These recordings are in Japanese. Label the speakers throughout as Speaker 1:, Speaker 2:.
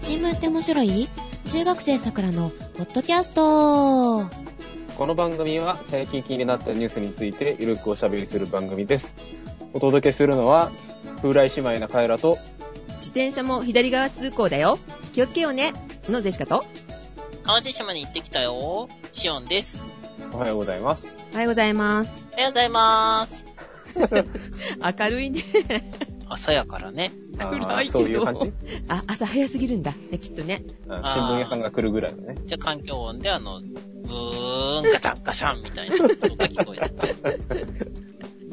Speaker 1: 新聞って面白い中学生さくらのポッドキャスト
Speaker 2: この番組は最近気になったニュースについてゆるくおしゃべりする番組です。お届けするのは、風来姉妹なカエラと、
Speaker 3: 自転車も左側通行だよ。気をつけようね。のゼシカと。
Speaker 4: 淡路島に行ってきたよ。シオンです。
Speaker 2: おはようございます。
Speaker 3: おはようございます。
Speaker 4: おはようございます。
Speaker 3: 明るいね。
Speaker 4: 朝やからね。
Speaker 2: あー
Speaker 3: 暗いけど
Speaker 2: そういう感じ、うん
Speaker 3: あ、朝早すぎるんだ。ね、きっとね。
Speaker 2: 新聞屋さんが来るぐらいのね。
Speaker 4: じゃあ環境音であの、ブーン、ガチャンガシャンみたいな音が聞こえてた。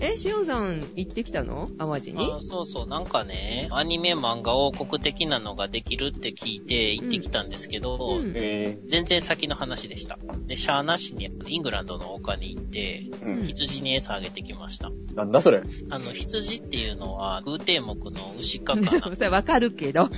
Speaker 3: え、しおんさん行ってきたの淡路に
Speaker 4: あそうそう、なんかね、アニメ漫画王国的なのができるって聞いて行ってきたんですけど、
Speaker 3: うん。
Speaker 2: え
Speaker 4: 全然先の話でした。で、シャアなしにイングランドの丘に行って、
Speaker 2: ー、うん。
Speaker 4: 羊に餌あげてきました。
Speaker 2: なんだそれ。
Speaker 4: あの、羊っていうのは、偶天目の牛かか な
Speaker 3: それわかるけど。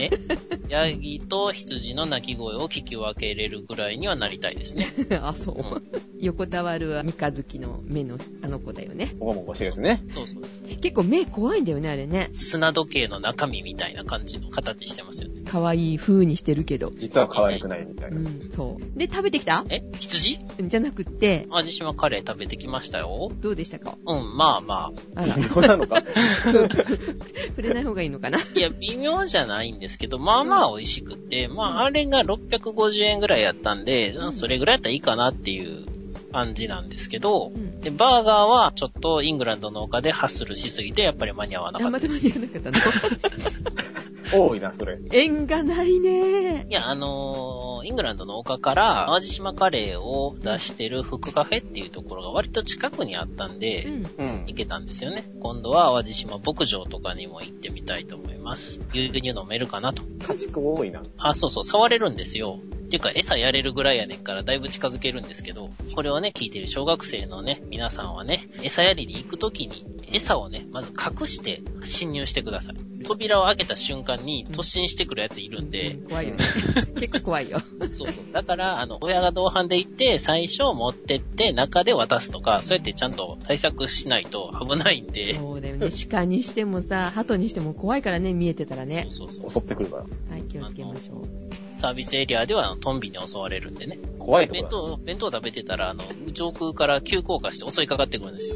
Speaker 4: え ヤギと羊の鳴き声を聞き分けれるぐらいにはなりたいですね。
Speaker 3: あ、そうう。横たわるは三日月の目のあの子だよね。
Speaker 2: もこもこしてるですね。
Speaker 4: そうそう。
Speaker 3: 結構目怖いんだよね、あれね。
Speaker 4: 砂時計の中身みたいな感じの形してますよね。
Speaker 3: 可愛い風にしてるけど。
Speaker 2: 実は可愛くないみたいうな。
Speaker 3: ん、そう。で、食べてきた
Speaker 4: え羊
Speaker 3: じゃなくって、
Speaker 4: 淡路島カレー食べてきましたよ。
Speaker 3: どうでしたか
Speaker 4: うん、まあま あ。
Speaker 3: あら、
Speaker 2: 微妙なのか
Speaker 3: 触れない方がいいのかな。
Speaker 4: いや、微妙じゃないんですけど、まあまあ美味しくて、まああれが650円ぐらいやったんで、うんそれぐらいやったらいいかなっていう感じなんですけど
Speaker 3: う、ん。
Speaker 4: で、バーガーはちょっとイングランドの丘でハッスルしすぎて、やっぱり間に合わなか
Speaker 3: あ
Speaker 4: っ
Speaker 3: ん
Speaker 4: た。
Speaker 3: ま
Speaker 4: い
Speaker 3: たまにやなかったの。
Speaker 2: 多いな、それ。
Speaker 3: 縁がないね。
Speaker 4: や、あのーイングランドの丘から淡路島カレーを出してるフックカフェっていうところが割と近くにあったんで、
Speaker 3: うん。
Speaker 2: うん
Speaker 4: 行。けたんですよね。今度は淡路島牧場とかにも行ってみたいと思います。牛乳飲めるかなと。
Speaker 2: 家畜多いな。
Speaker 4: あ、そうそう、触れるんですよ。っていうか餌やれるぐらいやねんからだいぶ近づけるんですけど、これをね、聞いてる小学生のね、皆さんはね、餌やりに行くときに、餌をね、まず隠して侵入してください。扉を開けた瞬間に突進してくるやついるんで、
Speaker 3: 怖いよね。結構怖いよ。
Speaker 4: そうそう。だから、あの、親が同伴で行って、最初持ってって中で渡すとか、そうやってちゃんと対策しないと危ないんで、
Speaker 3: そうだよね。鹿にしてもさ、鳩にしても怖いからね、見えてたらね。
Speaker 4: そうそうそう。
Speaker 2: 襲ってくるから。
Speaker 3: はい、気をつけましょう。
Speaker 4: サービスエリアではあのトンビに襲われるんでね。
Speaker 2: 怖いと
Speaker 4: 弁
Speaker 2: こ
Speaker 4: 当、弁当食べてたら、あの、上空から急降下して襲いかかってくるんですよ。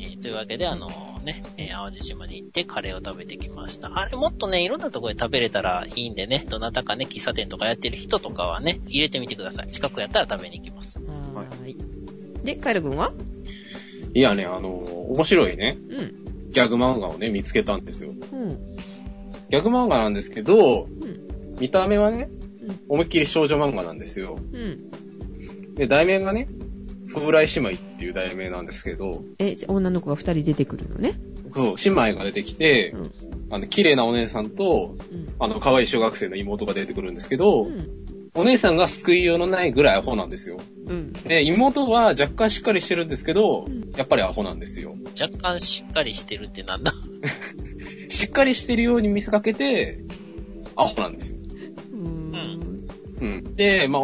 Speaker 4: えーというわけで、あのね、えー淡路島に行ってカレーを食べてきました。あれもっとね、いろんなところで食べれたらいいんでね、どなたかね、喫茶店とかやってる人とかはね、入れてみてください。近くやったら食べに行きます。
Speaker 3: はーい。で、カイロ君は
Speaker 2: だ。いやね、あの、面白いね、
Speaker 3: うん。
Speaker 2: ギャグ漫画をね、見つけたんですよ。
Speaker 3: うん。
Speaker 2: ギャグ漫画なんですけど、
Speaker 3: うん
Speaker 2: 見た目はね
Speaker 3: うん、
Speaker 2: 思いっきり少女漫画なんですよ。
Speaker 3: うん。
Speaker 2: で、題名がね、風来姉妹っていう題名なんですけど、
Speaker 3: え、じゃあ女の子が二人出てくるのね。
Speaker 2: そう、姉妹が出てきて、
Speaker 3: うん
Speaker 2: あの、綺麗なお姉さんと、
Speaker 3: うん。
Speaker 2: あの、可愛い小学生の妹が出てくるんですけど、
Speaker 3: うん。
Speaker 2: お姉さんが救いようのないぐらいアホなんですよ。
Speaker 3: うん。
Speaker 2: で、妹は若干しっかりしてるんですけど、
Speaker 3: うん
Speaker 2: やっぱりアホなんですよ。
Speaker 4: 若干しっかりしてるってなんだ
Speaker 2: しっかりしてるように見せかけて、アホなんですよ。
Speaker 3: うん。
Speaker 2: うん。で、まあ、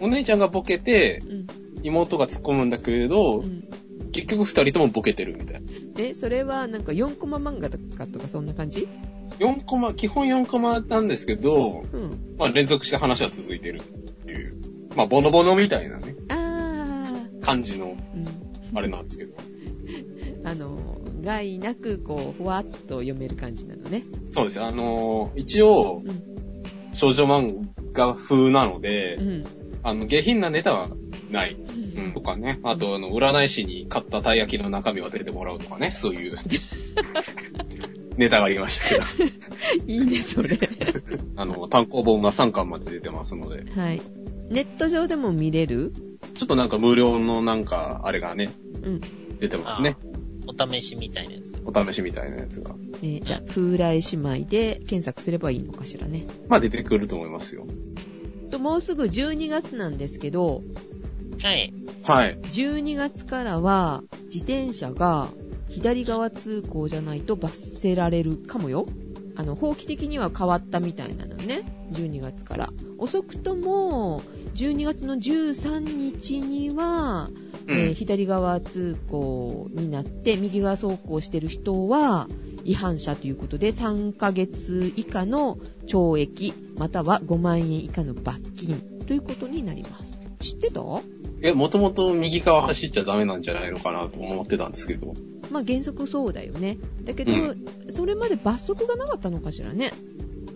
Speaker 2: お姉ちゃんがボケて、
Speaker 3: うん。
Speaker 2: 妹が突っ込むんだけれど、
Speaker 3: うん。
Speaker 2: 結局二人ともボケてるみたいな。
Speaker 3: え、それはなんか4コマ漫画とかとかそんな感じ
Speaker 2: 4コマ、基本4コマなんですけど、
Speaker 3: うん。
Speaker 2: まあ連続して話は続いてるっていう。まあボノボノみたいなね、
Speaker 3: あ
Speaker 2: 感じ
Speaker 3: ー。
Speaker 2: の、
Speaker 3: うん。
Speaker 2: あれなんですけど。
Speaker 3: あの、害なくこう、ふわっと読める感じなのね。
Speaker 2: そうですよ。あのー一応
Speaker 3: う、
Speaker 2: 少女漫画風なので、
Speaker 3: うん。
Speaker 2: あの、下品なネタはない。うん、とかね。あと、あの、占い師に買ったたい焼きの中身を当ててもらうとかね。そういう、ネタがありましたけど。
Speaker 3: いいね、それ。
Speaker 2: あの、単行本が3巻まで出てますので。
Speaker 3: はい。ネット上でも見れる
Speaker 2: ちょっとなんか無料のなんか、あれがね、
Speaker 3: うん。
Speaker 2: 出てますね。
Speaker 4: あお試しみたいなやつ。
Speaker 2: お試しみたいなやつが。
Speaker 3: えーじゃあ、風来姉妹で検索すればいいのかしらね。
Speaker 2: まあ出てくると思いますよ。
Speaker 3: と、もうすぐ12月なんですけど、
Speaker 4: はい。
Speaker 2: はい。
Speaker 3: 12月からは、自転車が左側通行じゃないと罰せられるかもよ。あの、法規的には変わったみたいなのね。12月から。遅くとも、12月の13日には、
Speaker 2: うん
Speaker 3: えー左側通行になって、右側走行してる人は、違反者ということで、3ヶ月以下の懲役、または5万円以下の罰金ということになります。知ってた
Speaker 2: え、もともと右側走っちゃダメなんじゃないのかなと思ってたんですけど。
Speaker 3: まあ原則そうだよね。だけど、
Speaker 2: う
Speaker 3: それまで罰則がなかったのかしらね。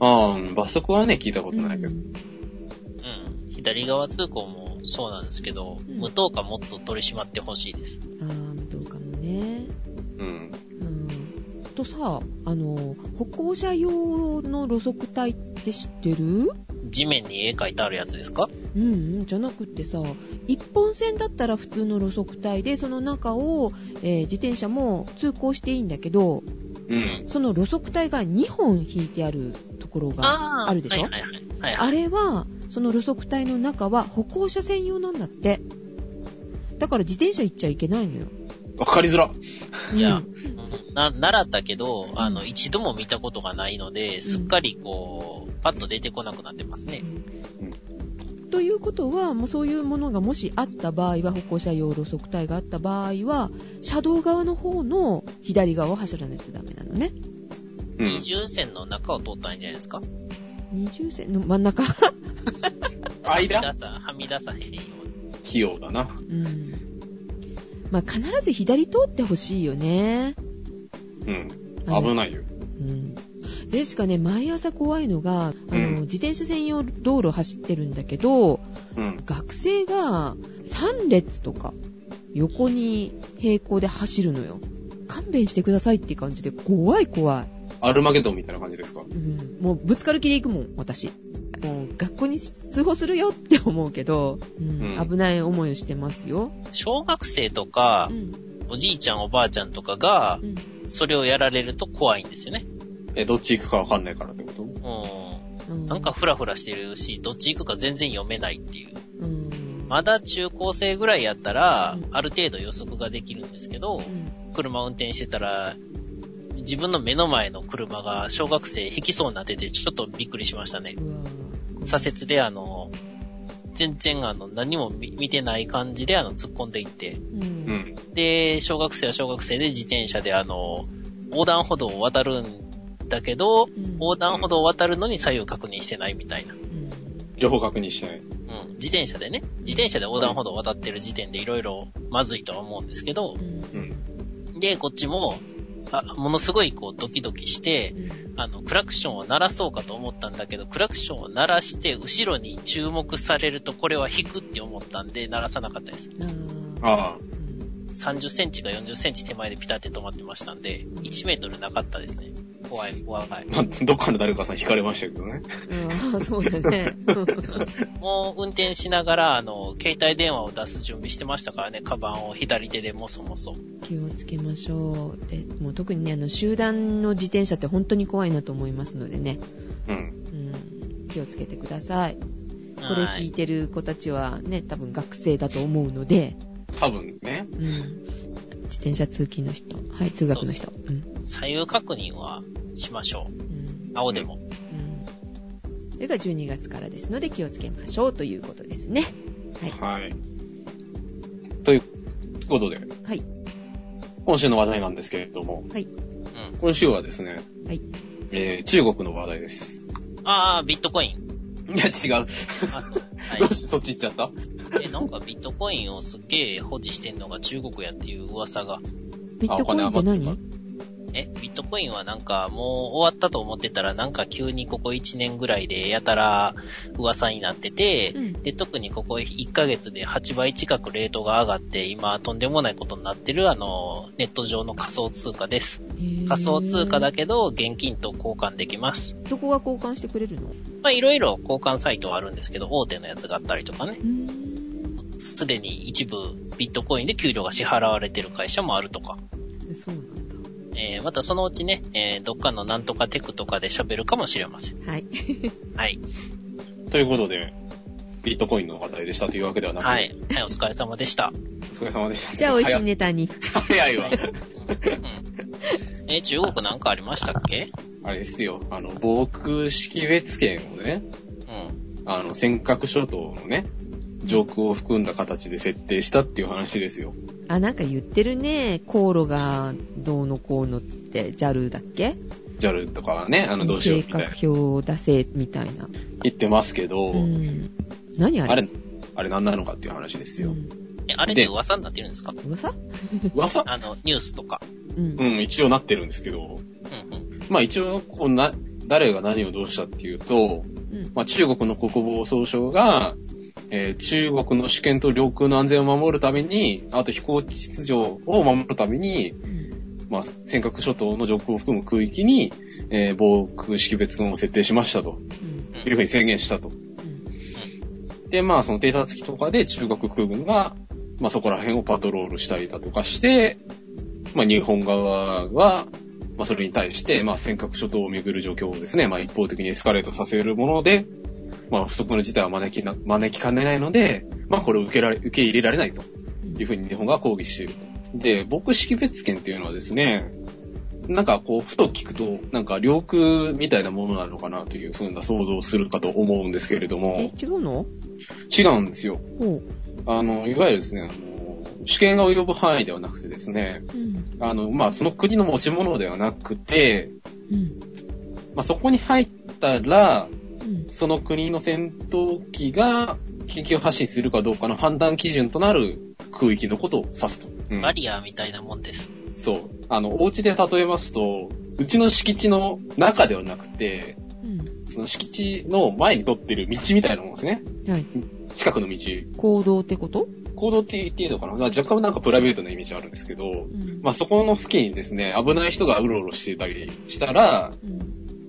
Speaker 2: ああ、罰則はね、聞いたことないけど。
Speaker 3: うん
Speaker 4: うん。左側通行もそうなんですけど、
Speaker 3: うん
Speaker 4: 無灯火もっと取り締まってほしいです。
Speaker 3: あー、無糖かもね。
Speaker 2: うん。
Speaker 3: うん。とさ、あの、歩行者用の路側帯って知ってる
Speaker 4: 地面に絵描いてあるやつですか
Speaker 3: うんうん、じゃなくってさ、一本線だったら普通の路側帯で、その中を、えー自転車も通行していいんだけど、
Speaker 2: うん。
Speaker 3: その路側帯が2本引いてあるところが、あ
Speaker 4: あー
Speaker 3: るでしょ
Speaker 4: はいはいはい。はいはい、
Speaker 3: れは、その路側帯の中は歩行者専用なんだって。だから自転車行っちゃいけないのよ。
Speaker 2: わかりづら。
Speaker 4: いや
Speaker 3: うん
Speaker 4: うんな、習ったけど、あの、一度も見たことがないので、すっかりこう、パッと出てこなくなってますね。
Speaker 3: ということは、もうそういうものがもしあった場合は、歩行者用路側帯があった場合は、車道側の方の左側を走らないとダメなのね。
Speaker 2: うん
Speaker 4: 二。重線の中を通ったらいいんじゃないですか
Speaker 3: 二重線の真ん中。
Speaker 4: はみ
Speaker 2: 間
Speaker 4: 出さ、はみ出さへんように。
Speaker 2: 器用だな。
Speaker 3: うんまあ、必ず左通ってほしいよね。
Speaker 2: うん。
Speaker 3: あの
Speaker 2: 危ないよ。
Speaker 3: うん。でしかね、毎朝怖いのが、あの、
Speaker 2: うん
Speaker 3: 自転車専用道路走ってるんだけど、
Speaker 2: うん。
Speaker 3: 学生が3列とか横に平行で走るのよ。勘弁してくださいって感じで、怖い怖
Speaker 2: アルマゲドンみたいな感じですか
Speaker 3: い。うん。もうぶつかる気で行くもん、私。もう学校に通報するよって思うけど、うん、
Speaker 2: うん
Speaker 3: 危ない思いをしてますよ。
Speaker 4: 小学生とか
Speaker 3: う、ん。
Speaker 4: おじいちゃんおばあちゃんとかが
Speaker 3: う、ん
Speaker 4: それをやられると怖いんですよね。
Speaker 2: え、どっち行くかわかんないからってこと
Speaker 4: う。
Speaker 3: うんん。
Speaker 4: なんかフラフラしてるし、どっち行くか全然読めないっていう。
Speaker 3: うん、
Speaker 4: まだ中高生ぐらいやったら
Speaker 3: う、ん
Speaker 4: ある程度予測ができるんですけど
Speaker 3: う、ん
Speaker 4: 車運転してたら、自分の目の前の車が小学生引きそうになってて、ちょっとびっくりしましたね。
Speaker 3: うわぁ
Speaker 4: 左折であの、全然あの、何も見見てない感じであの、突っ込んでいって。
Speaker 3: う。
Speaker 2: うんん。
Speaker 4: で、小学生は小学生で自転車であの、横断歩道を渡るんだけど、
Speaker 3: うん
Speaker 4: 横断歩道を渡るのに左右確認してないみたいな。
Speaker 2: 両方確認しない。
Speaker 4: うん。自転車でね。自転車で横断歩道を渡ってる時点でいろいろまずいとは思うんですけど
Speaker 3: う、ん
Speaker 2: うん。
Speaker 4: で、こっちも、あものすごいこうドキドキして、あの、クラクションを鳴らそうかと思ったんだけど、クラクションを鳴らして、後ろに注目されると、これは引くって思ったんで、鳴らさなかったです。
Speaker 3: ああ
Speaker 2: ああ。
Speaker 4: 30センチか40センチ手前でピタって止まってましたんで、1メートルなかったですね。怖い、怖い。
Speaker 2: まあ、どっかの誰かさん引かれましたけどね。
Speaker 3: うん、 そうだね。
Speaker 4: もう運転しながら、あの、携帯電話を出す準備してましたからね、カバンを左手でもそもそ。
Speaker 3: 気をつけましょう。でもう特にね、あの、集団の自転車って本当に怖いなと思いますのでね。
Speaker 2: うん。
Speaker 3: うん。気をつけてください。
Speaker 4: こ
Speaker 3: これ聞いてる子たちはね、多分学生だと思うので、
Speaker 2: 多分ね。
Speaker 3: うん。自転車通勤の人、はい、通学の人。うん。
Speaker 4: 左右確認はしましょう。
Speaker 3: うん。
Speaker 4: 青でも。
Speaker 3: うん。それが12月からですので気をつけましょうということですね。はい。
Speaker 2: はい。ということで、
Speaker 3: はい。
Speaker 2: 今週の話題なんですけれども、
Speaker 4: うん。
Speaker 2: 今週はですね、
Speaker 3: はい。
Speaker 2: えー、中国の話題です。
Speaker 4: あー、ビットコイン。
Speaker 2: いや、違う。
Speaker 4: あ、そう。はい
Speaker 2: どう。してそっち行っちゃった
Speaker 4: で、なんかビットコインをすっげえ保持してんのが中国やっていう噂が。
Speaker 3: ビットコインって
Speaker 2: あお金余
Speaker 3: 何
Speaker 2: って
Speaker 4: え、ビットコインはなんかもう終わったと思ってたらなんか急にここ1年ぐらいでやたら噂になってて、
Speaker 3: うん。
Speaker 4: で、特にここ1ヶ月で8倍近くレートが上がって、今とんでもないことになってるあの、ネット上の仮想通貨です。仮想通貨だけど現金と交換できます。
Speaker 3: どこが交換してくれるの
Speaker 4: まあいろいろ交換サイトはあるんですけど、大手のやつがあったりとかね。すでに一部ビットコインで給料が支払われてる会社もあるとか。
Speaker 3: そうなんだ。
Speaker 4: えーまたそのうちね、えーどっかのなんとかテクとかで喋るかもしれません。
Speaker 3: はい。
Speaker 4: はい。
Speaker 2: ということで、ビットコインの話題でしたというわけではなく、
Speaker 4: はい。はい、お疲れ様でした。
Speaker 2: お疲れ様でした。
Speaker 3: じゃあ、美味しいネタに。
Speaker 2: 早早いわ。
Speaker 4: えー中国なんかありましたっけ
Speaker 2: あれですよ、あの、防空識別圏をね、
Speaker 4: うん。
Speaker 2: あの、尖閣諸島のね、上空を含んだ形で設定したっていう話ですよ。
Speaker 3: あ、なんか言ってるね。航路がどうのこうのって、JAL だっけ
Speaker 2: JAL とかはね、あの、どうしようみたい
Speaker 3: 計画。
Speaker 2: な
Speaker 3: 表を出せ、みたいな。
Speaker 2: 言ってますけど、
Speaker 3: うん。何あれ
Speaker 2: あれ、あれ何なのかっていう話です
Speaker 3: う
Speaker 2: よ。
Speaker 3: ん、
Speaker 4: えあれって噂になってるんですか
Speaker 3: 噂
Speaker 2: 噂
Speaker 4: あの、ニュースとか。
Speaker 3: うん
Speaker 2: う。ん、一応なってるんですけど、
Speaker 4: うんうん。
Speaker 2: まあ一応、こんな、誰が何をどうしたっていうと、
Speaker 3: うん。
Speaker 2: まあ中国の国防総省が、えー中国の主権と領空の安全を守るために、あと飛行秩序を守るために、まあ、尖閣諸島の上空を含む空域に、えー防空識別群を設定しましたと、
Speaker 3: うん。
Speaker 2: いうふうに宣言したと。で、まあ、その偵察機とかで中国空軍が、まあ、そこら辺をパトロールしたりだとかして、まあ、日本側は、まあ、それに対して、まあ、尖閣諸島をめぐる状況をですね、まあ、一方的にエスカレートさせるもので、まあ、不測の事態は招きな、招きかねないので、まあ、これを受けられ、受け入れられないというふうに日本が抗議していると。で、防空識別圏っていうのはですね、なんかこう、ふと聞くと、なんか領空みたいなものなのかなというふうな想像をするかと思うんですけれど
Speaker 3: え、
Speaker 2: も、
Speaker 3: 違うの
Speaker 2: 違うんですよ。
Speaker 3: ほう。
Speaker 2: あの、いわゆるですね、あの、主権が及ぶ範囲ではなくてですね、
Speaker 3: うん。
Speaker 2: あの、まあ、その国の持ち物ではなくて、
Speaker 3: うん。
Speaker 2: まあ、そこに入ったら、
Speaker 3: うん。
Speaker 2: その国の戦闘機が緊急発進するかどうかの判断基準となる空域のことを指すと。うん
Speaker 4: バリアーみたいなもんです。
Speaker 2: そう。あの、お家で例えますと、うちの敷地の中ではなくて、
Speaker 3: うん。
Speaker 2: その敷地の前に取ってる道みたいなもんですね。
Speaker 3: はい。
Speaker 2: 近くの道。
Speaker 3: 行動ってこと
Speaker 2: 行動って言っていいのかなまあ若干なんかプライベートなイメージあるんですけ
Speaker 3: う
Speaker 2: ど、
Speaker 3: ん。
Speaker 2: まあ、そこの付近にですね、危ない人がうろうろしてたりしたら、
Speaker 3: うん。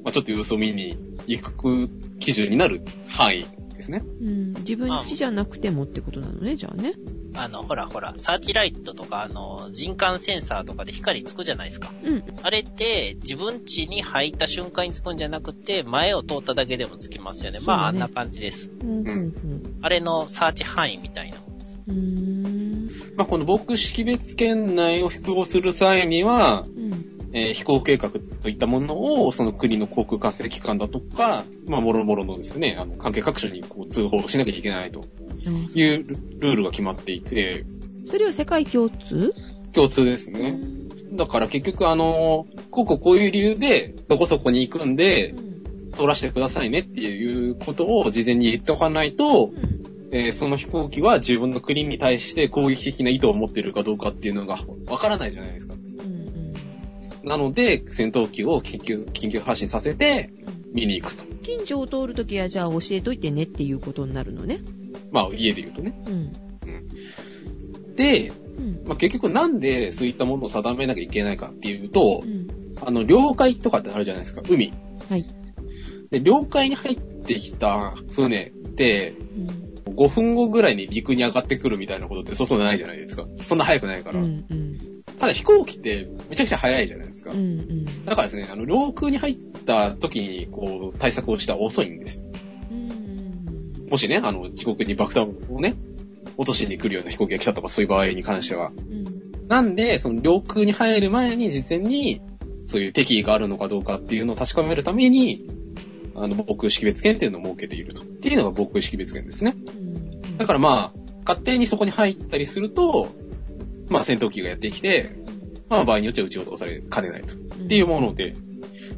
Speaker 2: まあ、ちょっと様子を見に行く基準になる範囲ですね。
Speaker 3: うん。自分家じゃなくてもってことなのね、じゃあね。
Speaker 4: あの、ほらほら、サーチライトとか、あの、人感センサーとかで光つくじゃないですか。
Speaker 3: うん。
Speaker 4: あれって、自分家に入った瞬間につくんじゃなくて、前を通っただけでもつきますよね。
Speaker 3: そうだね
Speaker 4: まあ、あんな感じです。
Speaker 3: うん。うん。
Speaker 4: あれのサーチ範囲みたいな。
Speaker 3: うん。
Speaker 2: まあ、この防空識別圏内を飛行する際には、
Speaker 3: うん。
Speaker 2: えー飛行計画といったものを、その国の航空管制機関だとか、まあ、もろもろのですね、あの関係各所にこう通報しなきゃいけないと
Speaker 3: あ
Speaker 2: いうルールが決まっていて、
Speaker 3: それは世界共通
Speaker 2: 共通ですね。だから結局、あの、こうこうこういう理由で、どこそこに行くんで、取らせてくださいねっていうことを事前に言っておかないと、えーその飛行機は自分の国に対して攻撃的な意図を持っているかどうかっていうのがわからないじゃないですか。なので、戦闘機を緊急緊急発進させて見に行くと。
Speaker 3: 近所を通るときはじゃあ教えといてねっていうことになるのね。
Speaker 2: まあ、家で言うとね。
Speaker 3: うん。
Speaker 2: で、
Speaker 3: うん。
Speaker 2: まあ、結局なんでそういったものを定めなきゃいけないかっていうと
Speaker 3: う、ん。
Speaker 2: あの、領海とかってあるじゃないですか。海。
Speaker 3: はい。
Speaker 2: で、領海に入ってきた船って、5分後ぐらいに陸に上がってくるみたいなことってそうそうないじゃないですか。そんな早くないから。
Speaker 3: うん。うん。
Speaker 2: ただ飛行機ってめちゃくちゃ早いじゃないですか。
Speaker 3: うん。うん。
Speaker 2: だからですね、あの、領空に入った時に、こう、対策をしたら遅いんです。
Speaker 3: うん。
Speaker 2: もしね、あの、自国に爆弾をね、落としに来るような飛行機が来たとか、そういう場合に関しては。なんで、その領空に入る前に事前に、そういう敵意があるのかどうかっていうのを確かめるために、あの、防空識別圏っていうのを設けていると。っていうのが防空識別圏ですね。だからまあ、勝手にそこに入ったりすると、まあ戦闘機がやってきて、まあ場合によっては撃ち落とされかねないと。っていうもので、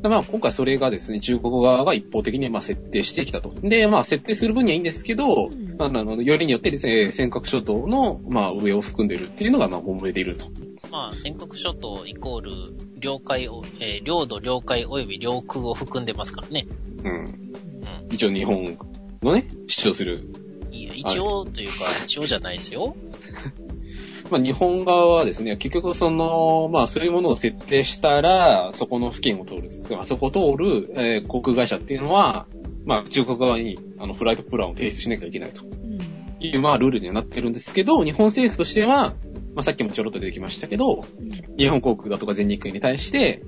Speaker 2: まあ今回それがですね、中国側が一方的にまあ設定してきたと。で、まあ設定する分にはいいんですけど、
Speaker 3: うん
Speaker 2: あの、あのよりによってですね、尖閣諸島のまあ上を含んでるっていうのがまあ揉めていると。
Speaker 4: まあ、尖閣諸島イコール、領海を、えー領土、領海及び領空を含んでますからね。
Speaker 2: うん。
Speaker 4: うん。
Speaker 2: 一応日本のね、主張する。
Speaker 4: いや一応というか、一応じゃないですよ。
Speaker 2: まあ日本側はですね、結局その、まあそういうものを設定したら、そこの付近を通る、まあそこを通る、えー航空会社っていうのは、まあ中国側にあのフライトプランを提出しなきゃいけないという、まあルールにはなってるんですけど、日本政府としては、まあさっきもちょろっと出てきましたけど、日本航空だとか全日空に対して、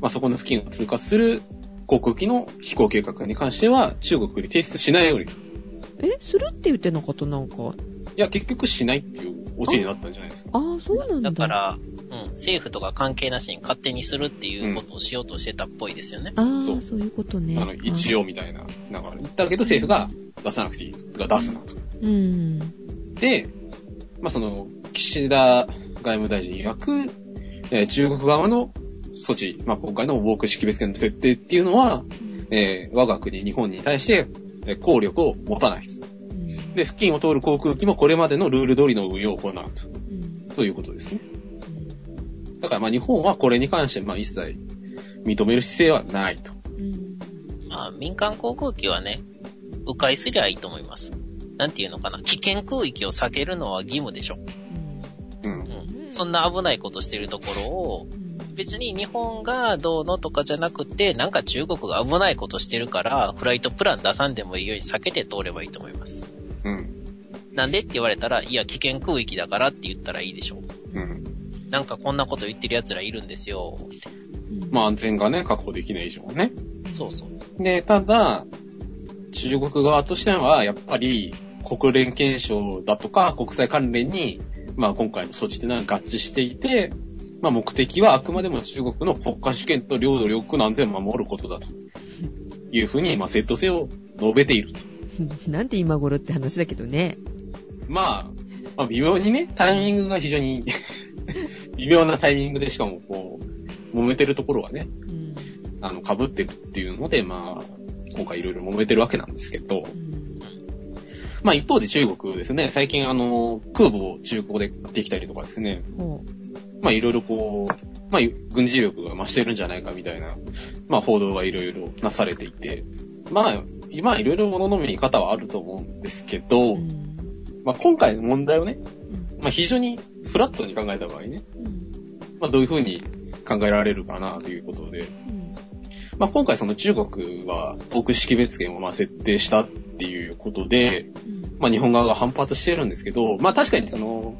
Speaker 2: まあそこの付近を通過する航空機の飛行計画に関しては中国に提出しないようにと。
Speaker 3: え、するって言ってなかったなんか。
Speaker 2: いや、結局しないっていうオチになったんじゃないですか。
Speaker 3: ああ、そうなんだ。
Speaker 4: だか。ら、うん、政府とか関係なしに勝手にするっていうことをしようとしてたっぽいですよね。
Speaker 3: あ
Speaker 2: そ
Speaker 3: あ、
Speaker 2: う
Speaker 3: そういうことね。
Speaker 2: あの、一
Speaker 3: 応。
Speaker 2: 応みたいな、なんか、だけど政府が出さなくていいとか、出すなと。
Speaker 3: うん。
Speaker 2: で、まあ、その、岸田外務大臣曰く、えー中国側の措置、まあ、今回のウォーク識別権の設定っていうのは、えー我が国、日本に対して、えー効力を持たない。
Speaker 3: うん
Speaker 2: で、付近を通る航空機もこれまでのルール通りの運用を行うと。
Speaker 3: うん
Speaker 2: ということですね。だからまあ日本はこれに関してまあ一切認める姿勢はないと。
Speaker 3: うん
Speaker 4: まあ、民間航空機はね、迂回すりゃいいと思います。なんていうのかな、危険空域を避けるのは義務でしょ。
Speaker 2: うん。
Speaker 4: うん。そんな危ないことしてるところを、
Speaker 3: うん
Speaker 4: 別に日本がどうのとかじゃなくて、なんか中国が危ないことしてるから、フライトプラン出さんでもいいように避けて通ればいいと思います。
Speaker 2: うん。
Speaker 4: なんでって言われたら、いや、危険空域だからって言ったらいいでしょう。
Speaker 2: うん。
Speaker 4: なんかこんなこと言ってる奴らいるんですよ。
Speaker 2: まあ安全がね、確保できない以上はね。
Speaker 4: そうそう。
Speaker 2: で、ただ、中国側としてはやっぱり国連憲章だとか国際関連に、まあ今回の措置っていうのは合致していて、まあ目的はあくまでも中国の国家主権と領土領空の安全を守ることだというふうに、まあ正当性を述べていると。
Speaker 3: なんて今頃って話だけどね。
Speaker 2: まあ、まあ、微妙にね、タイミングが非常に、 微妙なタイミングでしかもこう、揉めてるところはね、
Speaker 3: うん
Speaker 2: あの、被ってるっていうので、まあ、今回いろいろ揉めてるわけなんですけど、
Speaker 3: うん
Speaker 2: まあ一方で中国ですね、最近あの、空母を中古で買ってきたりとかですね、
Speaker 3: ほ
Speaker 2: まあいろいろこう、まあ軍事力が増してるんじゃないかみたいな、まあ報道がいろいろなされていて、まあ、今いろいろ物の見方はあると思うんですけ
Speaker 3: う
Speaker 2: ど、
Speaker 3: うん
Speaker 2: まあ今回の問題をね、
Speaker 3: うん
Speaker 2: まあ非常にフラットに考えた場合ね、
Speaker 3: うん
Speaker 2: まあ、どういうふうに考えられるかなということで、
Speaker 3: うん
Speaker 2: まあ、今回その中国は特識別権をまあ設定したっていうことで、まあ、日本側が反発してるんですけど、まあ、確かにその、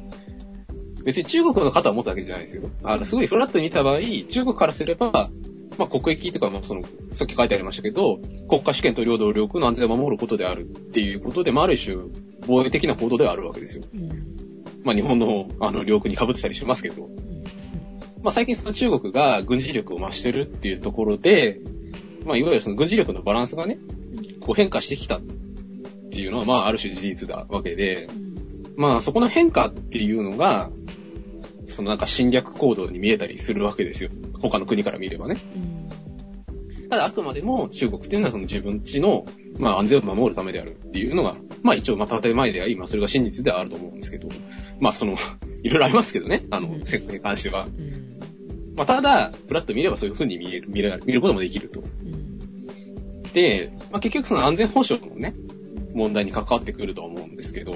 Speaker 2: 別に中国の肩を持つわけじゃないですよ。あの、すごいフラットに見た場合、中国からすれば、まあ、国益とか、まあ、その、さっき書いてありましたけど、国家主権と領土領空の安全を守ることであるっていうことで、まあ、ある種、防衛的な行動ではあるわけですよ。
Speaker 3: うん
Speaker 2: まあ、日本の、あの、領空に被ってたりしますけど。まあ、最近その中国が軍事力を増してるっていうところで、まあ、いわゆるその軍事力のバランスがね、こう変化してきたっていうのは、まあ、ある種事実だわけで、まあ、そこの変化っていうのが、そのなんか侵略行動に見えたりするわけですよ。他の国から見ればね。ただ、あくまでも中国っていうのはその自分ちの、まあ、安全を守るためであるっていうのが、まあ、一応、まあ、建前であり、まあ、それが真実ではあると思うんですけど、まあ、その、 いろいろありますけどね、あの、世界に関して
Speaker 3: う
Speaker 2: は。
Speaker 3: ん
Speaker 2: まあ、ただ、フラッと見ればそういう風に見える、見れ見ることもできると。で、まあ、結局その安全保障のね、問題に関わってくると思うんですけど、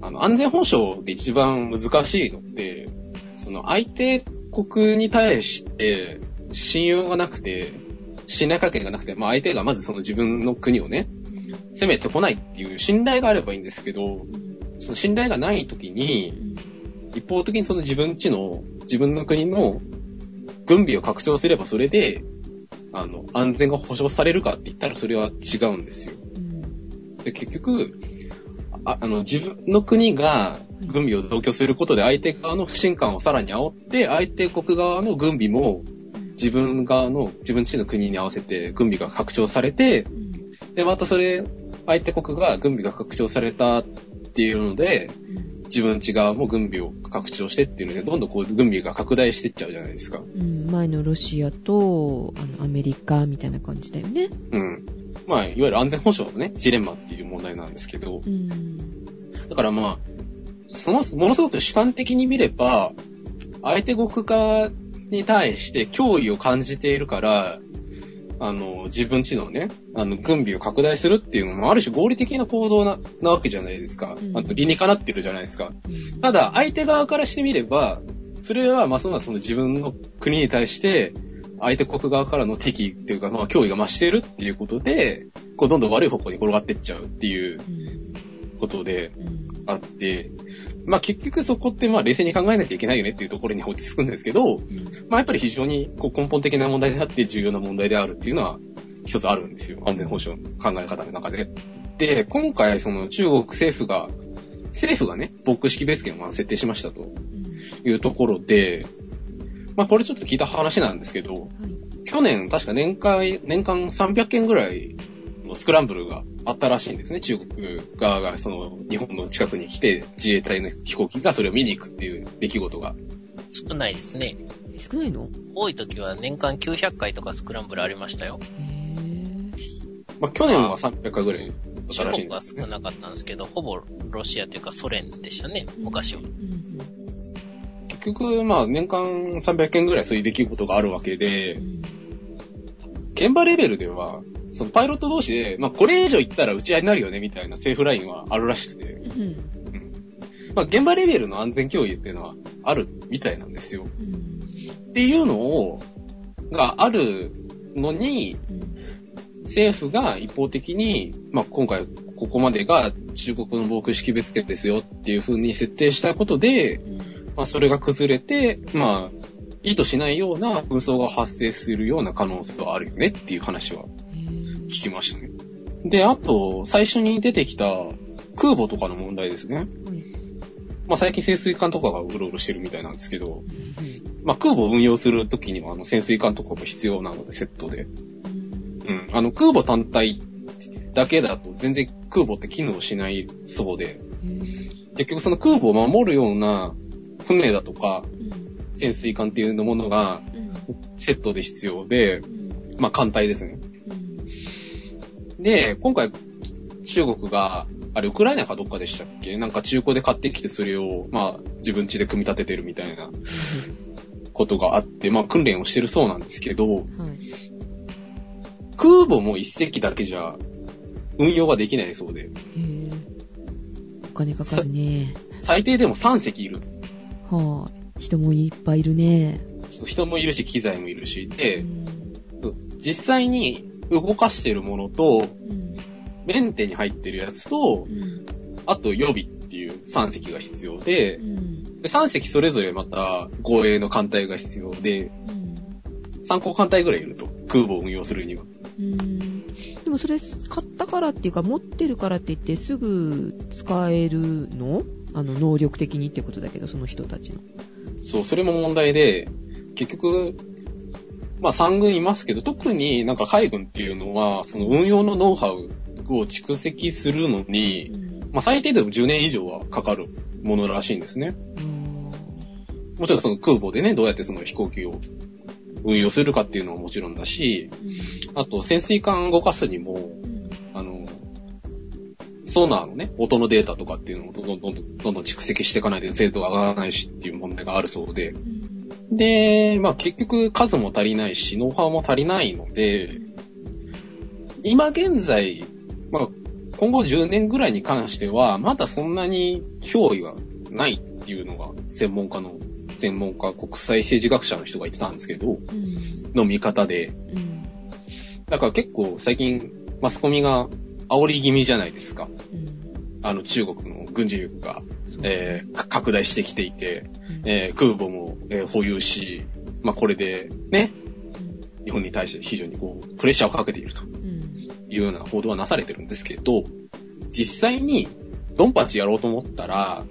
Speaker 2: あの、安全保障で一番難しいのって、その相手国に対して信用がなくて、信頼関係がなくて、まあ、相手がまずその自分の国をね、攻めてこないっていう信頼があればいいんですけど、その信頼がない時に、一方的にその自分ちの、自分の国の軍備を拡張すればそれで、あの、安全が保障されるかって言ったらそれは違うんですよ。で、結局、ああの、自分の国が軍備を増強することで相手側の不信感をさらに煽って、相手国側の軍備も自分側の、自分ちの国に合わせて軍備が拡張されて、で、またそれ、相手国が軍備が拡張されたっていうので、自分ち側も軍備を拡張してっていうので、どんどんこう軍備が拡大していっちゃうじゃないですか。
Speaker 3: うん前のロシアとあのアメリカみたいな感じだよね。
Speaker 2: うん。まあ、いわゆる安全保障のね、ジレンマっていう問題なんですけど、
Speaker 3: うん
Speaker 2: だからまあ、その、ものすごく主観的に見れば、相手国側に対して脅威を感じているから、あの、自分ちのね、あの、軍備を拡大するっていうのも、ある種合理的な行動な、なわけじゃないですか
Speaker 3: う。ん
Speaker 2: あと、理にかなってるじゃないですか。ただ、相手側からしてみれば、それは、まあ、そのその自分の国に対して、相手国側からの敵っていうか、まあ、脅威が増しているっていうことで、こう、どんどん悪い方向に転がってっちゃうっていうことであって、まあ、結局そこって、まあ、冷静に考えなきゃいけないよねっていうところに落ち着くんですけど、まあ、やっぱり非常に、こう、根本的な問題であって、重要な問題であるっていうのは、一つあるんですよ。安全保障の考え方の中で。で、今回、その、中国政府が、政府がね、ボック識別権をまあ設定しましたと。いうところで、まあこれちょっと聞いた話なんですけど、去年確か年間、年間300件ぐらい、のスクランブルがあったらしいんですね。中国側がその日本の近くに来て自衛隊の飛行機がそれを見に行くっていう出来事が。
Speaker 4: 少ないですね。
Speaker 3: 少ないの
Speaker 4: 多い時は年間900回とかスクランブルありましたよ。
Speaker 3: へぇ
Speaker 2: まあ去年は300回ぐらいだった
Speaker 4: 中
Speaker 2: らしいん
Speaker 4: 国
Speaker 2: で
Speaker 4: は
Speaker 2: す
Speaker 4: 少
Speaker 2: ね。
Speaker 4: なかったんですけど、ほぼロシアというかソ連でしたね、昔は。
Speaker 3: うん
Speaker 2: 結局、まあ年間300件ぐらいそういう出来事があるわけで
Speaker 3: う、ん。
Speaker 2: 現場レベルでは、そのパイロット同士で、まあこれ以上行ったら打ち合いになるよねみたいなセーフラインはあるらしくて、
Speaker 3: うん
Speaker 2: まあ現場レベルの安全共有っていうのはあるみたいなんですよ。
Speaker 3: うん
Speaker 2: っていうのを、があるのに、政府が一方的に、まあ、今回ここまでが中国の防空識別圏ですよっていう風に設定したことで、まあ、それが崩れて、まあ、意図しないような紛争が発生するような可能性はあるよねっていう話は聞きましたね。で、あと、最初に出てきた空母とかの問題ですね。まあ、最近潜水艦とかがうろうろしてるみたいなんですけど、まあ、空母を運用するときには、あの、潜水艦とかも必要なので、セットで。うん。あの、空母単体だけだと、全然空母って機能しないそうで、結局その空母を守るような船だとか、潜水艦っていうのものが、セットで必要で、まあ、艦隊ですね。で、今回、中国が、あれ、ウクライナかどっかでしたっけなんか中古で買ってきて、それを、まあ、自分家で組み立ててるみたいなことがあって、まあ、訓練をしてるそうなんですけど、
Speaker 3: はい。
Speaker 2: 空母も一隻だけじゃ運用ができないそう
Speaker 3: へ
Speaker 2: で、
Speaker 3: ぇお金かかるね。
Speaker 2: 最低でも3隻いる。
Speaker 3: はぁ、人もいっぱいいるね。
Speaker 2: 人もいるし、機材もいるし、
Speaker 3: う
Speaker 2: で、
Speaker 3: ん
Speaker 2: 実際に動かしてるもの
Speaker 3: う
Speaker 2: と、
Speaker 3: ん
Speaker 2: メンテに入ってるやつと
Speaker 3: う、ん
Speaker 2: あと予備っていう3隻が必要で
Speaker 3: う、ん
Speaker 2: で3隻それぞれまた護衛の艦隊が必要で、
Speaker 3: うん
Speaker 2: 3個艦隊ぐらいいると、空母を運用するには。
Speaker 3: うんでもそれ買ったからっていうか持ってるからって言ってすぐ使えるのあの能力的にってことだけどその人たちの。
Speaker 2: そう、それも問題で、結局、まあ3軍いますけど、特になんか海軍っていうのは、その運用のノウハウを蓄積するのに、まあ最低でも10年以上はかかるものらしいんですね。
Speaker 3: うん
Speaker 2: もちろんその空母でね、どうやってその飛行機を運用するかっていうのはもちろんだし、あと潜水艦動かすにも、あの、ソナーのね、音のデータとかっていうのをどんどんどんどんどんどん蓄積していかないと精度が上がらないしっていう問題があるそうで、で、まあ結局数も足りないし、ノウハウも足りないので、今現在、まあ今後10年ぐらいに関しては、まだそんなに脅威はないっていうのが専門家の、専門家、国際政治学者の人が言ってたんですけど、の見方で、だから結構最近マスコミが煽り気味じゃないですか。あの中国の軍事力が、えーか拡大してきていて、えー空母も、えー保有し、まあこれでね、日本に対して非常にこう、プレッシャーをかけているというような報道はなされてるんですけど、実際にドンパチやろうと思ったら、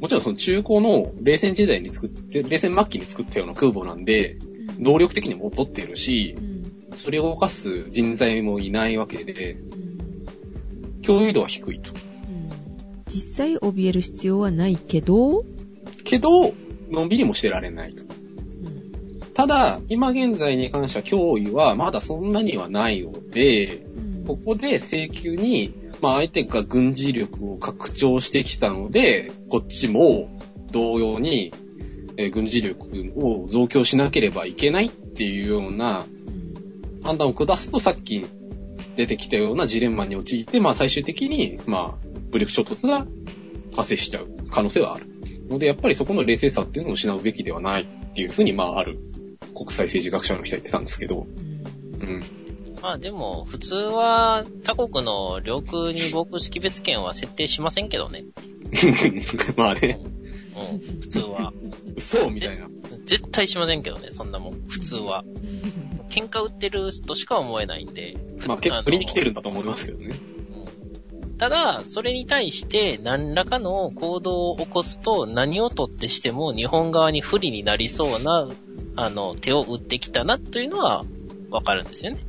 Speaker 2: もちろんその中古の冷戦時代に作って、冷戦末期に作ったような空母なんで、能力的にも劣っているし、それを動かす人材もいないわけで、共有度は低いと。
Speaker 3: 実際怯える必要はないけど、
Speaker 2: けど、のんびりもしてられないと。ただ、今現在に関しては脅威はまだそんなにはないので、ここで請求に、まあ相手が軍事力を拡張してきたので、こっちも同様に、えー軍事力を増強しなければいけないっていうような判断を下すとさっき出てきたようなジレンマに陥って、まあ最終的に、まあ武力衝突が発生しちゃう可能性はある。のでやっぱりそこの冷静さっていうのを失うべきではないっていうふうに、まあある国際政治学者の人は言ってたんですけど、うん。
Speaker 4: まあでも、普通は他国の領空に防空識別圏は設定しませんけどね。
Speaker 2: まあね、
Speaker 4: うん、普通は。
Speaker 2: 嘘みたいな。
Speaker 4: 絶対しませんけどね、そんなもん。普通は。喧嘩売ってるとしか思えないんで。
Speaker 2: まあ結構売りに来てるんだと思いますけどね。
Speaker 4: うんただ、それに対して何らかの行動を起こすと何をとってしても日本側に不利になりそうな、あの、手を打ってきたなというのはわかるんですよね。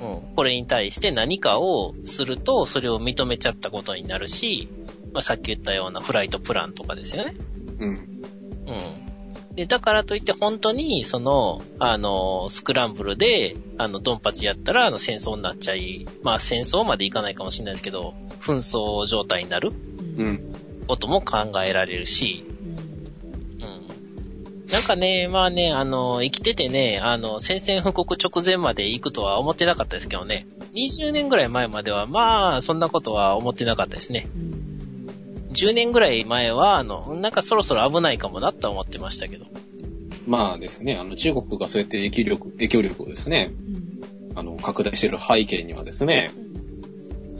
Speaker 2: うん
Speaker 5: うん。
Speaker 4: これに対して何かをすると、それを認めちゃったことになるし、まあ、さっき言ったようなフライトプランとかですよね。
Speaker 2: うん。
Speaker 4: うん。で、だからといって本当に、その、あの、スクランブルで、あの、ドンパチやったら、あの、戦争になっちゃい、まあ、戦争までいかないかもしれないですけど、紛争状態になる
Speaker 2: う
Speaker 3: うん
Speaker 2: ん。
Speaker 4: ことも考えられるし、うん。なんかね、まあね、あの、生きててね、あの、宣戦布告直前まで行くとは思ってなかったですけどね、20年ぐらい前までは、まあ、そんなことは思ってなかったですね。10年ぐらい前は、あの、なんかそろそろ危ないかもなとは思ってましたけど。
Speaker 2: まあですね、あの、中国がそうやって影響力、影響力をですね、あの、拡大してる背景にはですね、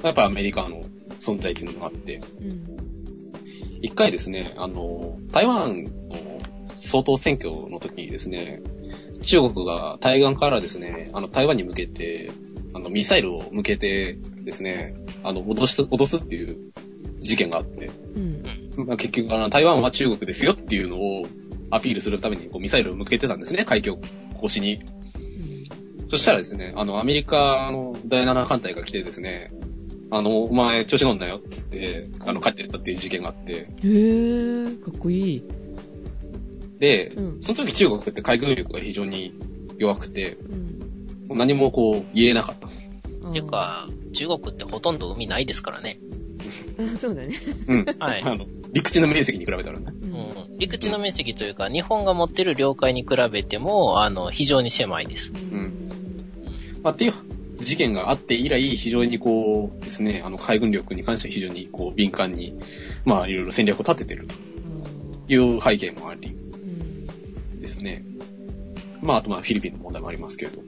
Speaker 2: やっぱアメリカの存在っていうのがあって、一回ですね、あの、台湾の総統選挙の時にですね、中国が対岸からですね、あの、台湾に向けて、あの、ミサイルを向けてですね、あの、脅す、脅すっていう事件があって、まあ、結局、あの、台湾は中国ですよっていうのをアピールするために、こう、ミサイルを向けてたんですね、海峡越しに。そしたらですね、あの、アメリカの第7艦隊が来てですね、あの、お前、調子乗んなよって言って、あの、帰ってったっていう事件があって、
Speaker 3: へー、かっこいい。
Speaker 2: で、
Speaker 3: うん
Speaker 2: その時中国って海軍力が非常に弱くて、
Speaker 3: うん
Speaker 2: もう何もこう、言えなかった。
Speaker 4: っていう、か、中国ってほとんど海ないですからね。
Speaker 3: あーそうだね。
Speaker 2: うん。
Speaker 4: はい
Speaker 2: あの、陸地の面積に比べたらね。
Speaker 3: う
Speaker 4: うんん。陸地の面積というか、日本が持ってる領海に比べても、あの、非常に狭いです。
Speaker 2: まあ、っていう事件があって以来、非常にこうですね、あの、海軍力に関しては非常にこう、敏感に、まあ、いろいろ戦略を立ててるという背景もありですね。まあ、あとまあ、フィリピンの問題もありますけれど。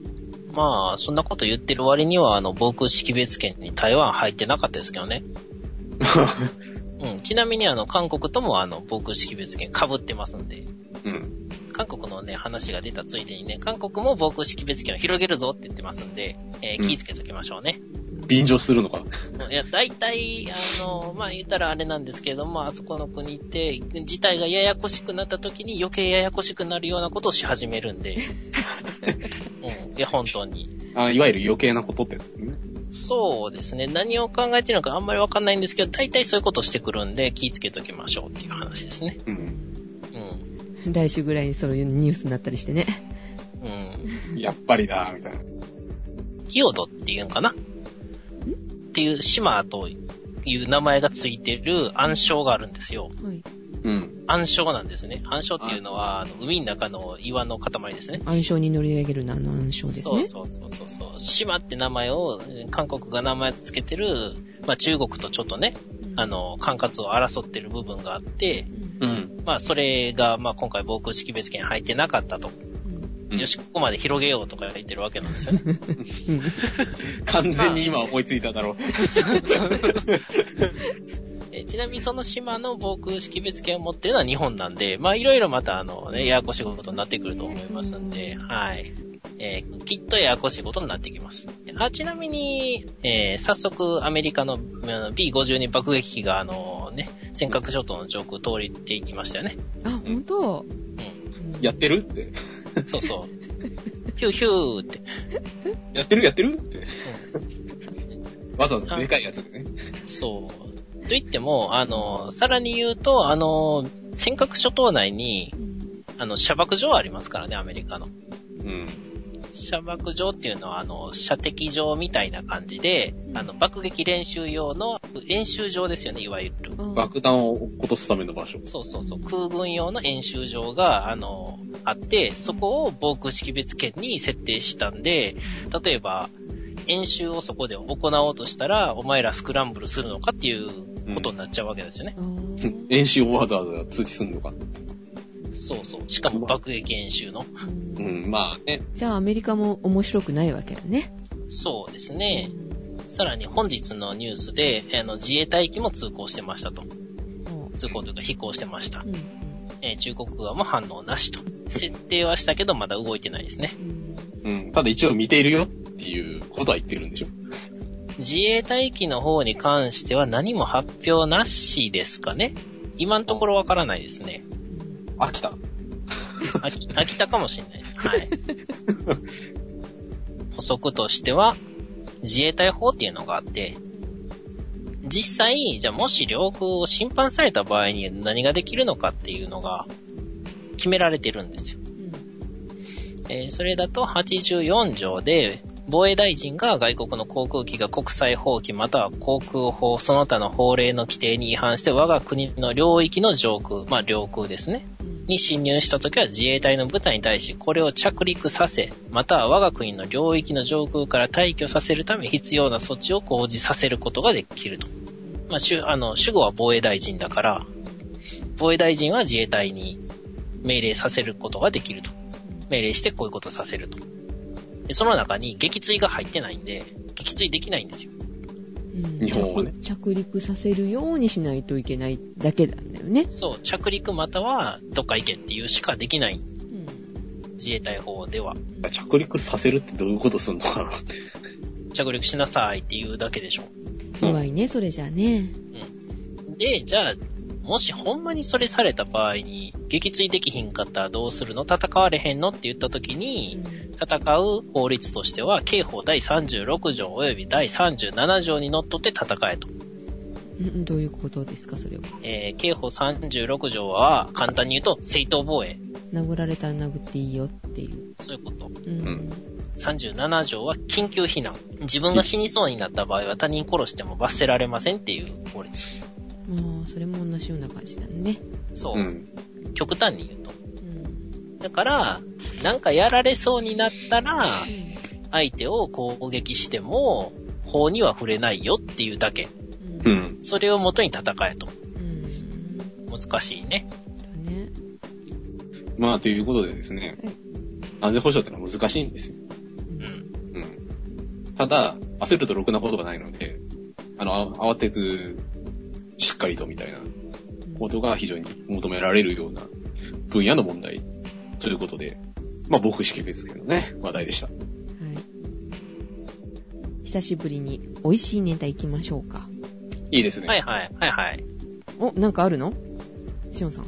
Speaker 4: まあ、そんなこと言ってる割には、あの、防空識別圏に台湾入ってなかったですけ どね。うん。ちなみに、あの、韓国とも、あの、防空識別圏被ってますんで、
Speaker 2: うん。
Speaker 4: 韓国のね、話が出たついでにね、韓国も防空識別圏を広げるぞって言ってますんで、えー
Speaker 2: うん
Speaker 4: 気ぃつけときましょうね。
Speaker 2: 便乗するのか。
Speaker 4: いや、大体、あの、まあ、言ったらあれなんですけれども、あそこの国って、事態がややこしくなった時に余計ややこしくなるようなことをし始める んで。うん。いや、本当に。
Speaker 2: あいわゆる余計なことってやつですね。
Speaker 4: そうですね。何を考えてるのかあんまりわかんないんですけど、大体そういうことしてくるんで、気ぃつけときましょうっていう話ですね。
Speaker 2: うん。
Speaker 4: うん。
Speaker 3: 来週ぐらいにそういうニュースになったりしてね。
Speaker 4: うん。
Speaker 2: やっぱりだ、みたいな。
Speaker 4: イオドっていうんかなっていう島という名前がついてる暗礁があるんですよ。
Speaker 3: はい。
Speaker 2: うん。
Speaker 4: 暗礁なんですね。暗礁っていうのは、あの海の中の岩の塊ですね。
Speaker 3: 暗礁に乗り上げるのあの暗礁です
Speaker 4: そう
Speaker 3: ね。
Speaker 4: そうそうそうそう。島って名前を、えー韓国が名前つけてる、まあ中国とちょっとね、あ、の、管轄を争ってる部分があって、
Speaker 2: うん。
Speaker 4: まあそれが、まあ今回防空識別圏入ってなかったと。よし、ここまで広げようとか言ってるわけなんですよね。
Speaker 2: 完全に今思いついただろう。
Speaker 4: えちなみにその島の防空識別圏を持ってるのは日本なんで、まあいろいろまたあのね、ややこしいことになってくると思いますんで、はい。えーきっとややこしいことになってきます。あ、ちなみに、えー早速アメリカのあの B52 爆撃機があのね、尖閣諸島の上空通りっていきましたよね。
Speaker 3: あ、ほんと
Speaker 2: やってるって。
Speaker 4: そうそう。ヒューヒューって。
Speaker 2: やってるやってるって。わざわざでかいやつでね。
Speaker 4: そう。と言っても、あの、さらに言うと、あの、尖閣諸島内に、あの、射爆場ありますからね、アメリカの。
Speaker 2: うん。
Speaker 4: 射爆場っていうのは、あの、射的場みたいな感じで、あの、爆撃練習用の演習場ですよね、いわゆる。
Speaker 2: 爆弾を落っことすための場所。
Speaker 4: そうそうそう、空軍用の演習場が、あの、あって、そこを防空識別圏に設定したんで、例えば、演習をそこで行おうとしたら、お前らスクランブルするのかっていうことになっちゃうわけですよね。
Speaker 2: 練習をわざわざ通知するのか。
Speaker 4: そうそう。しかも爆撃演習の。
Speaker 2: うん、まあね。
Speaker 3: じゃあアメリカも面白くないわけだね。
Speaker 4: そうですね。さらに本日のニュースで、あの、自衛隊機も通行してましたと。通行というか飛行してました。えー中国側も反応なしと。設定はしたけど、まだ動いてないですね。
Speaker 2: うん。ただ一応見ているよっていうことは言ってるんでしょ。
Speaker 4: 自衛隊機の方に関しては何も発表なしですかね今のところわからないですね。
Speaker 2: 飽きた。
Speaker 4: 飽き、飽きたかもしれないです。はい。補足としては、自衛隊法っていうのがあって、実際、じゃあもし領空を侵犯された場合に何ができるのかっていうのが決められてるんですよ。えーそれだと84条で、防衛大臣が外国の航空機が国際法規または航空法その他の法令の規定に違反して我が国の領域の上空、まあ領空ですね。に侵入したときは自衛隊の部隊に対しこれを着陸させ、または我が国の領域の上空から退去させるため必要な措置を講じさせることができると。まあ、主、あの、主語は防衛大臣だから、防衛大臣は自衛隊に命令させることができると。命令してこういうことさせると。でその中に撃墜が入ってないんで、撃墜できないんですよ。
Speaker 3: うん
Speaker 2: 日本はね
Speaker 3: 着着陸させるようにしないといけないだけなんだよね。
Speaker 4: そう、着陸またはどっか行けっていうしかできない自衛隊法では。
Speaker 2: 着陸させるってどういうことすんのかなって。
Speaker 4: 着陸しなさいっていうだけでしょ。
Speaker 3: 怖いね、それじゃあね。
Speaker 4: で、じゃあ、もしほんまにそれされた場合に、撃墜できひんかったらどうするの戦われへんのって言った時に、戦う法律としては、刑法第36条及び第37条にのっとって戦えと。
Speaker 3: うんどういうことですか、それは。
Speaker 4: えー、刑法36条は、簡単に言うと、正当防衛。
Speaker 3: 殴られたら殴っていいよっていう。
Speaker 4: そういうこと。
Speaker 3: う
Speaker 2: うん
Speaker 4: 37条は、緊急避難。自分が死にそうになった場合は、他人殺しても罰せられませんっていう法律。
Speaker 3: まあ、それも同じような感じだね。
Speaker 4: そうう。
Speaker 2: ん。
Speaker 4: 極端に言うと。
Speaker 3: うん。
Speaker 4: だから、なんかやられそうになったら、相手を攻撃しても、法には触れないよっていうだけ。
Speaker 3: うん。
Speaker 2: う
Speaker 3: うん
Speaker 2: ん。
Speaker 4: それを元に戦えと。
Speaker 3: うん。
Speaker 4: 難しいね。
Speaker 3: だね。
Speaker 2: まあ、ということでですね
Speaker 3: はい、
Speaker 2: 安全保障ってのは難しいんですよ。
Speaker 4: うん。
Speaker 2: うん。ただ、焦るとろくなことがないので、あの、あ慌てず、しっかりとみたいなことが非常に求められるような分野の問題ということで、まあ、僕識別系のね、話題でした。
Speaker 3: はい。久しぶりに美味しいネタ行きましょうか。
Speaker 2: いいですね。
Speaker 4: はいはい、はいはい。
Speaker 3: お、なんかあるのしおんさん。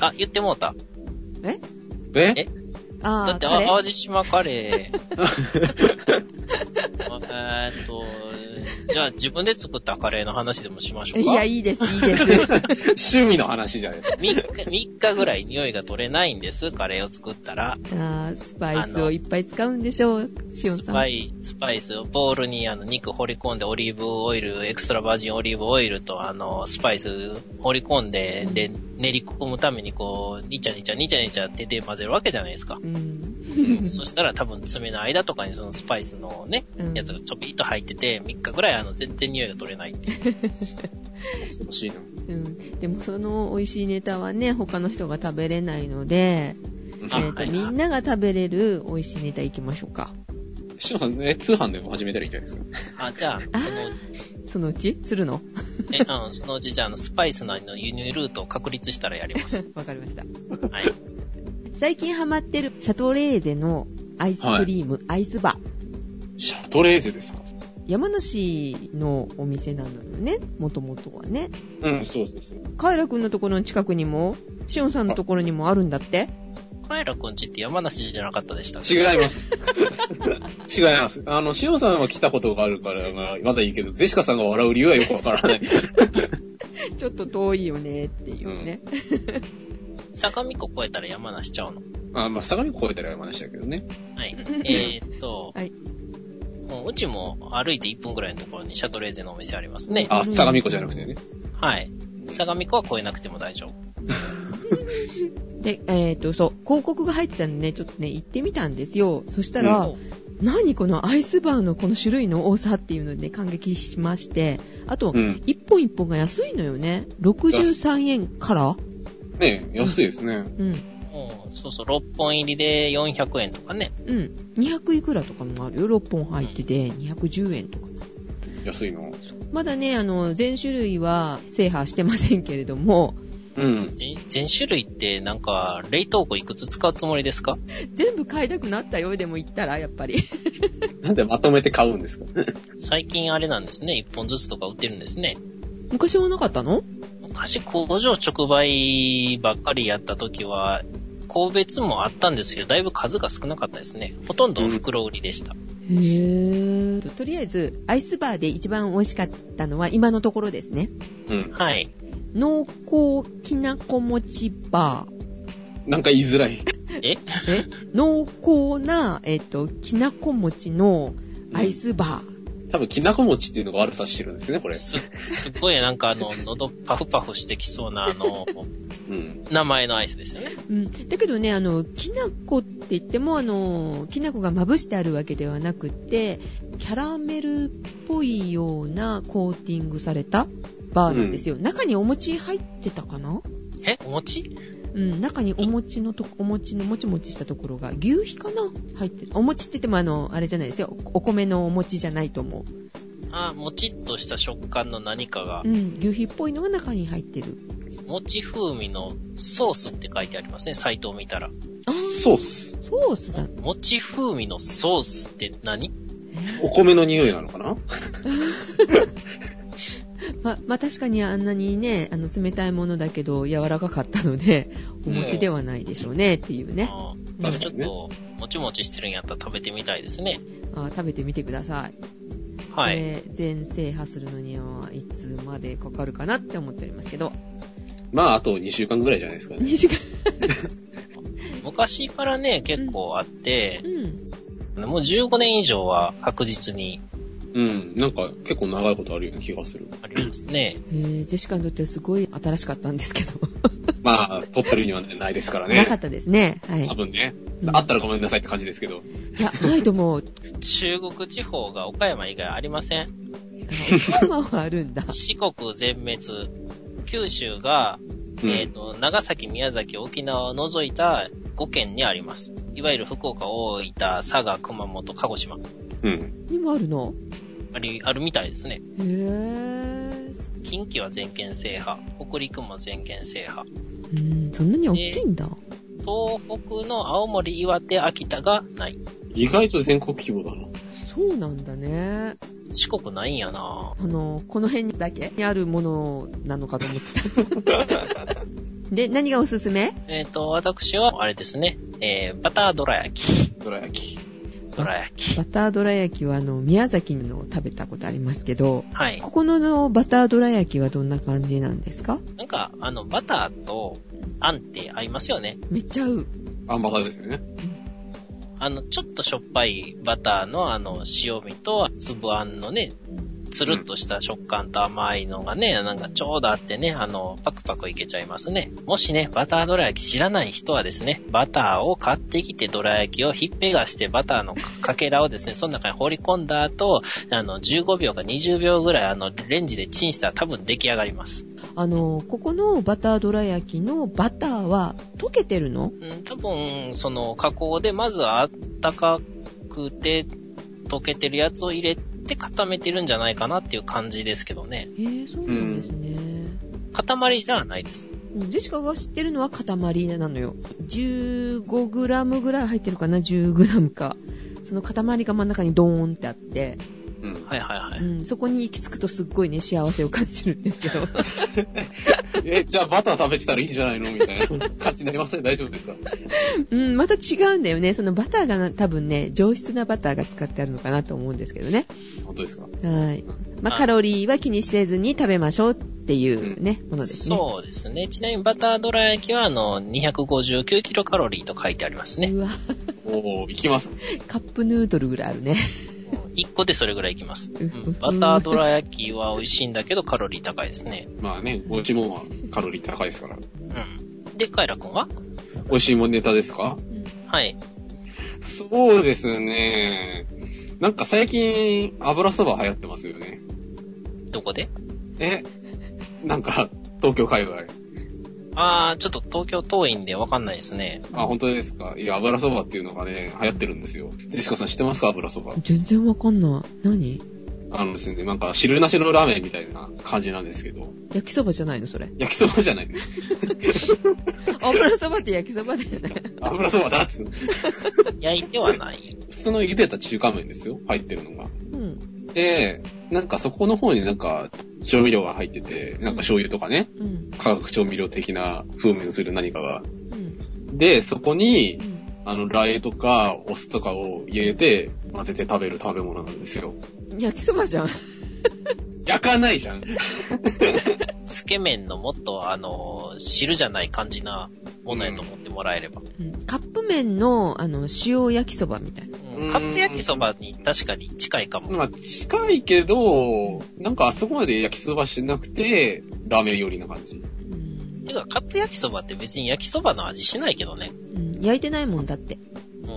Speaker 4: あ、言ってもうた。
Speaker 2: え
Speaker 4: え
Speaker 3: あ
Speaker 4: だって、あ
Speaker 3: カレー
Speaker 4: 淡路島 カレー。あえーっと、じゃあ自分で作ったカレーの話でもしましょう
Speaker 3: い
Speaker 4: か。
Speaker 3: や、いいです、いいです。
Speaker 2: 趣味の話じゃないですか。
Speaker 4: 3日、3日ぐらい匂いが取れないんです、カレーを作ったら。
Speaker 3: あースパイスをいっぱい使うんでしょう、しおん
Speaker 4: ス
Speaker 3: さん。
Speaker 4: パイ、スパイスをボウルにあの肉掘り込んでオリーブオイル、エクストラバージンオリーブオイルとあのスパイス掘り込んで、で、練り込むためにこう、にちゃにちゃにちゃにちゃってで混ぜるわけじゃないですか。
Speaker 3: うん。
Speaker 2: うん
Speaker 4: そしたら多分爪の間とかにそのスパイスのね、
Speaker 3: うん
Speaker 4: やつがちょびっと入ってて、3日ぐらいあの全然匂いが取れないっていう。
Speaker 2: 恐ろしいな。
Speaker 3: うん。でも、その美味しいネタはね、他の人が食べれないので、え
Speaker 4: あ
Speaker 3: っ、
Speaker 4: は
Speaker 3: と、
Speaker 4: い
Speaker 3: みんなが食べれる美味しいネタ行きましょうか。
Speaker 2: しのさん、え、通販でも始めたらいいんじゃないですか。
Speaker 4: あ、じゃ あ、
Speaker 3: あ
Speaker 4: その、
Speaker 3: そのうちするの
Speaker 4: え、あの、そのうちじゃああのスパイスのあの輸入ルートを確立したらやります。
Speaker 3: わかりました。
Speaker 4: はい。
Speaker 3: 最近ハマってるシャトレーゼのアイスクリーム、アイスバー。
Speaker 2: シャトレーゼですか
Speaker 3: 山梨のお店なのよね、もともとはね。
Speaker 2: うん、そうそうそう。
Speaker 3: カイラくんのところの近くにも、しおんさんのところにもあるんだって。
Speaker 4: カエラくんちって山梨じゃなかったでしたっけ
Speaker 2: 違います。違います。あの、しおさんは来たことがあるから、まあ、まだいいけど、ゼシカさんが笑う理由はよくわから ない。
Speaker 3: ちょっと遠いよねっていうね。
Speaker 4: 相模湖越えたら山梨ちゃうの
Speaker 2: あまあ、相模湖越えたら山梨だけどね。
Speaker 4: はい。えーっと、
Speaker 3: はい
Speaker 4: もううちも歩いて1分ぐらいのところにシャトレーゼのお店ありますね。
Speaker 2: あ、相模湖じゃなくてね。
Speaker 4: はい。相模湖は越えなくても大丈夫。
Speaker 3: で、えっ、と、そう、広告が入ってたんでね、ちょっとね、行ってみたんですよ。そしたら、
Speaker 4: うん
Speaker 3: 何このアイスバーのこの種類の多さっていうので、ね、感激しまして、あと、
Speaker 2: うん。
Speaker 3: 一本一本が安いのよね。63円から
Speaker 2: ねえ安いですね。
Speaker 3: うん。
Speaker 4: うんそうそう、6本入りで400円とかね。
Speaker 3: うん。200いくらとかもあるよ。6本入ってて、210円とか。
Speaker 2: 安いの。
Speaker 3: まだね、あの、全種類は制覇してませんけれども、
Speaker 2: うん。
Speaker 4: 全全種類ってなんか、冷凍庫いくつ使うつもりですか
Speaker 3: 全部買いたくなったよ。でも行ったら、やっぱり。
Speaker 2: なんでまとめて買うんですか
Speaker 4: 最近あれなんですね。1本ずつとか売ってるんですね。
Speaker 3: 昔はなかったの
Speaker 4: 昔工場直売ばっかりやった時は、個別もあったんですけど、だいぶ数が少なかったですね。ほとんど袋売りでした。
Speaker 3: へへーととりあえず、アイスバーで一番美味しかったのは今のところですね。
Speaker 2: うん。
Speaker 4: はい。
Speaker 3: 濃厚きなこ餅バー。
Speaker 2: なんか言いづらい。
Speaker 3: え濃厚な、えっ、と、きなこ餅のアイスバー。
Speaker 2: 多分、きなこ餅っていうのが悪さしてるんですね、これ。
Speaker 4: す、すっごいなんかあの、喉パフパフしてきそうなあの、
Speaker 2: うん。
Speaker 4: 名前のアイスですよね。
Speaker 3: うん。だけどね、あの、きなこって言っても、あの、きなこがまぶしてあるわけではなくて、キャラメルっぽいようなコーティングされたバーなんですよ。中にお餅入ってたかな
Speaker 4: えお餅
Speaker 3: うん、中にお餅のとこ、お餅のもちもちしたところが、牛皮かな入ってる。お餅って言ってもあの、あれじゃないですよ。お米のお餅じゃないと思
Speaker 4: あ、もちっとした食感の何かが
Speaker 3: う。う、ん、牛皮っぽいのが中に入ってる。
Speaker 4: 餅風味のソースって書いてありますね、サイトを見たら。
Speaker 3: あー
Speaker 2: ソース。
Speaker 3: ソースだ。
Speaker 4: 餅風味のソースって何
Speaker 2: お米の匂いなのかな
Speaker 3: ま、まあ、確かにあんなにね、あの、冷たいものだけど、柔らかかったので、お餅ではないでしょうね、っていうね。
Speaker 4: あ
Speaker 3: うん
Speaker 4: ー
Speaker 2: 確
Speaker 4: ち
Speaker 2: か
Speaker 4: ょっ
Speaker 2: にね
Speaker 4: と、もちもちしてるんやったら食べてみたいですね。
Speaker 3: あー食べてみてください。
Speaker 4: はい。
Speaker 3: これ、全制覇するのには、いつまでかかるかなって思っておりますけど。
Speaker 2: まあ、あと2週間ぐらいじゃないですかね。
Speaker 3: 2時間。
Speaker 4: 昔からね、結構あって、
Speaker 3: うん。
Speaker 4: もう15年以上は確実に
Speaker 2: うん。なんか、結構長いことあるような気がする。
Speaker 4: ありますね。
Speaker 3: えー、ジェシカにとってはすごい新しかったんですけど。
Speaker 2: まあ、撮ってるにはないですから
Speaker 3: なか
Speaker 2: ね。
Speaker 3: ったですね。はい。
Speaker 2: 多分ね
Speaker 3: う。ん
Speaker 2: あったらごめんなさいって感じですけど。
Speaker 3: いや、ないと思う。
Speaker 4: 中国地方が岡山以外ありませ
Speaker 3: あの、
Speaker 4: ん。
Speaker 3: 岡山はあるんだ。
Speaker 4: 四国全滅。九州が、
Speaker 2: うん。
Speaker 4: えっ、と、長崎、宮崎、沖縄を除いた5県にあります。いわゆる福岡、大分、佐賀、熊本、鹿児島。
Speaker 2: うん。
Speaker 3: にもあるの
Speaker 4: あり、あるみたいですね。
Speaker 3: へぇーそ。
Speaker 4: 近畿は全県制覇。北陸も全県制覇。
Speaker 3: うん、そんなに大きいんだ。
Speaker 4: 東北の青森、岩手、秋田がない。
Speaker 2: 意外と全国規模だな。
Speaker 3: そうなんだね。
Speaker 4: 四国ないんやな
Speaker 3: あの、この辺だけにあるものなのかと思って た。で、何がおすすめ
Speaker 4: えっ、と、私は、あれですね、えー、バターどら焼き。
Speaker 2: どら焼き。
Speaker 4: どら焼き。
Speaker 3: バターどら焼きはあの、宮崎の食べたことありますけど、
Speaker 4: はい。
Speaker 3: ここののバターどら焼きはどんな感じなんですか
Speaker 4: なんか、あの、バターと、あんって合いますよね。
Speaker 3: めっちゃ合う。
Speaker 2: あんバターですよね。
Speaker 4: あの、ちょっとしょっぱいバターの、あの、塩味と、粒あんのね、つるっとした食感と甘いのがね、なんかちょうどあってね、あの、パクパクいけちゃいますね。もしね、バターどら焼き知らない人はですね、バターを買ってきてどら焼きをひっぺがしてバターのか かけらをですね、その中に放り込んだ後、あの、15秒か20秒ぐらい、あの、レンジでチンしたら多分出来上がります。
Speaker 3: あの、ここのバターどら焼きのバターは溶けてるの
Speaker 4: うん、多分、その、加工で、まずあったかくて、溶けてるやつを入れて固めてるんじゃないかなっていう感じですけどね。
Speaker 3: えー、そうなんですね。
Speaker 4: 塊じゃないです。
Speaker 3: ジェシカが知ってるのは塊なのよ。15g ぐらい入ってるかな ?10g か。その塊が真ん中にドーンってあって、
Speaker 2: うん。
Speaker 4: はいはいは
Speaker 3: う
Speaker 4: い。
Speaker 3: ん、そこに行き着くとすっごいね、幸せを感じるんですけど。
Speaker 2: え、じゃあバター食べてたらいいんじゃないのみたい な感じになりません大丈夫ですか
Speaker 3: うん、また違うんだよね。そのバターがな多分ね、上質なバターが使ってあるのかなと思うんですけどね。
Speaker 2: 本当ですか
Speaker 3: はい。まあ、
Speaker 4: あ
Speaker 3: カロリーは気にせずに食べましょうっていうね、ものですね。
Speaker 4: そうですね。ちなみにバターどら焼きは、あの、259キロカロリーと書いてありますね。
Speaker 3: うわ、
Speaker 2: おー、いきます。
Speaker 3: カップヌードルぐらいあるね。
Speaker 4: 1個でそれぐらいいきます。う
Speaker 3: うん
Speaker 4: ん、バターどら焼きは美味しいんだけど、カロリー高いですね。
Speaker 2: まあね、ご注文はカロリー高いですから。
Speaker 4: うん。で、カイラくんは
Speaker 2: 美味しいもんネタですか
Speaker 4: はい。
Speaker 2: そうですね。なんか最近、油そば流行ってますよね。
Speaker 4: どこで
Speaker 2: え、なんか、東京界隈。
Speaker 4: あー、ちょっと東京遠いんでわかんないですね。
Speaker 2: あ、本当ですかいや、油そばっていうのがね、流行ってるんですよ。ジェシカさん知ってますか油そば。
Speaker 3: 全然わかんない。何
Speaker 2: あのですね、なんか汁なしのラーメンみたいな感じなんですけど、
Speaker 3: 焼きそばじゃないのそれ。
Speaker 2: 焼きそばじゃないんです
Speaker 3: 油そばって焼きそばだよね。
Speaker 2: 油そばだっつうの
Speaker 4: 焼いてはない。
Speaker 2: 普通の茹でた中華麺ですよ、入ってるのが。
Speaker 3: うん。
Speaker 2: で、なんかそこの方になんか調味料が入ってて、なんか醤油とかね、
Speaker 3: うん。
Speaker 2: 化学調味料的な風味のする何かが。
Speaker 3: うん。
Speaker 2: で、そこに、
Speaker 3: うん。
Speaker 2: あの、ラー油とか、お酢とかを入れて、混ぜて食べる食べ物なんですよ。
Speaker 3: 焼きそばじゃん。
Speaker 2: 焼かないじゃん。
Speaker 4: つけ麺のもっと、あの、汁じゃない感じなものやと思ってもらえれば。
Speaker 3: うんカップ麺の、あの、塩焼きそばみたいな。
Speaker 2: ん
Speaker 4: うんカップ焼きそばに確かに近いかも。
Speaker 2: まあ、近いけど、なんかあそこまで焼きそばしなくて、ラーメン寄りな感じ。
Speaker 3: うん
Speaker 4: てか、カップ焼きそばって別に焼きそばの味しないけどね。
Speaker 3: うん焼いてないもんだって。
Speaker 4: うん。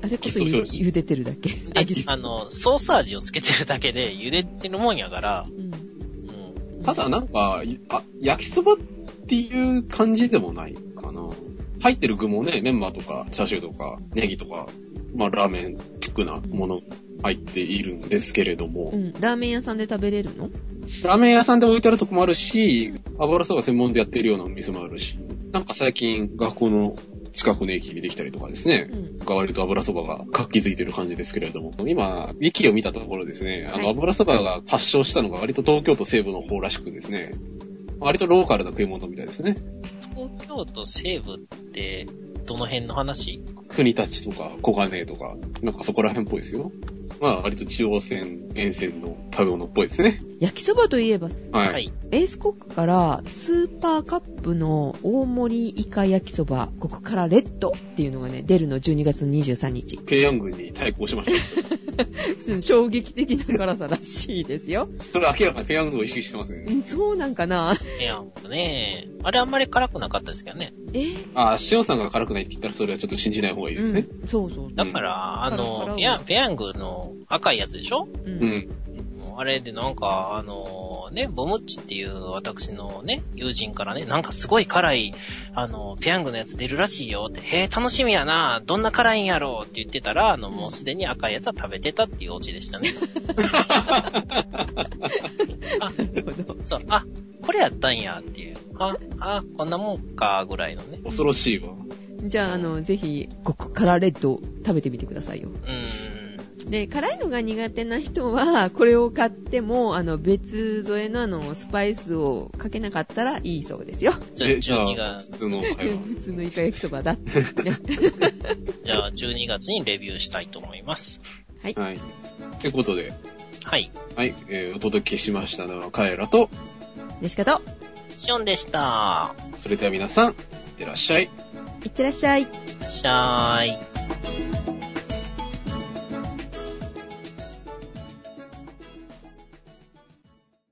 Speaker 3: あれこそ
Speaker 2: 基礎
Speaker 3: ゆ
Speaker 2: 表示
Speaker 3: 茹でてるだけ。
Speaker 4: で
Speaker 3: 揚げす
Speaker 4: あの、ソース味をつけてるだけで茹でてるもんやから、
Speaker 3: うん
Speaker 4: うん。
Speaker 2: ただなんか、あ、焼きそばっていう感じでもないかな。入ってる具もね、メンマとか、チャーシューとか、ネギとか、まあラーメンチックなもの入っているんですけれども、
Speaker 3: うんラーメン屋さんで食べれるの
Speaker 2: ラーメン屋さんで置いてあるとこもあるし、油そば専門でやってるようなお店もあるし、なんか最近学校の近くの駅にできたりとかですね。
Speaker 3: うん。
Speaker 2: が割と油そばが活気づいてる感じですけれども、今、ウィキを見たところですね、あ
Speaker 3: はい
Speaker 2: の、油そばが発祥したのが割と東京都西部の方らしくですね、割とローカルな食い物みたいですね。
Speaker 4: 東京都西部って、どの辺の話
Speaker 2: 国立とか小金とか、なんかそこら辺っぽいですよ。まあ、割と中央線、沿線の食べ物っぽいですね。
Speaker 3: 焼きそばといえば、
Speaker 2: はい。
Speaker 4: はい。
Speaker 3: エースコックからスーパーカップの大盛りイカ焼きそば、ここからレッドっていうのがね、出るの12月23日。
Speaker 2: 平壌軍に対抗しまし
Speaker 3: 衝撃的な辛さらしいですよ。
Speaker 2: た。 それ明らかに平壌軍を意識してます
Speaker 3: う
Speaker 2: ね。
Speaker 3: んそうなんかな
Speaker 4: えやんかね。あれあんまり辛くなかったですけどね。
Speaker 3: え
Speaker 2: あ、塩さんが辛くないって言ったらそれはちょっと信じない方がいいですね。
Speaker 3: うん、そうそう。
Speaker 4: だから、あ
Speaker 3: 辛い
Speaker 4: の、ペヤンペヤングの赤いやつでしょ
Speaker 3: う
Speaker 2: うん。
Speaker 3: ん。
Speaker 4: もうあれでなんか、あのね、ボムッチっていう私のね、友人からね、なんかすごい辛い、あの、ペヤングのやつ出るらしいよって、へえ、楽しみやな、どんな辛いんやろうって言ってたら、あの、もうすでに赤いやつは食べてたっていうオチでしたね。
Speaker 3: なるほど。
Speaker 4: そう、あ、これやったんやっていう。あ、あ、こんなもんか、ぐらいのね。
Speaker 2: 恐ろしいわ。
Speaker 3: じゃあ、あの、ぜひ、こからレッド食べてみてくださいよ。
Speaker 4: うーん。
Speaker 3: で、辛いのが苦手な人は、これを買っても、あの、別添えのあの、スパイスをかけなかったらいいそうですよ。
Speaker 4: じゃあ、
Speaker 2: えじゃ
Speaker 4: 12
Speaker 2: あ、
Speaker 4: が
Speaker 2: 普、通の会話。
Speaker 3: 普通のイカ焼きそばだって。
Speaker 4: じゃあ、12月にレビューしたいと思います。
Speaker 2: はい。ってことで、
Speaker 4: はい。
Speaker 2: はい、えーお届けしましたのはカエラと、
Speaker 3: でしかと、
Speaker 4: シオンでした。
Speaker 2: それでは皆さん、いってらっしゃい。
Speaker 3: いってらっしゃい。
Speaker 4: いらっしゃーい。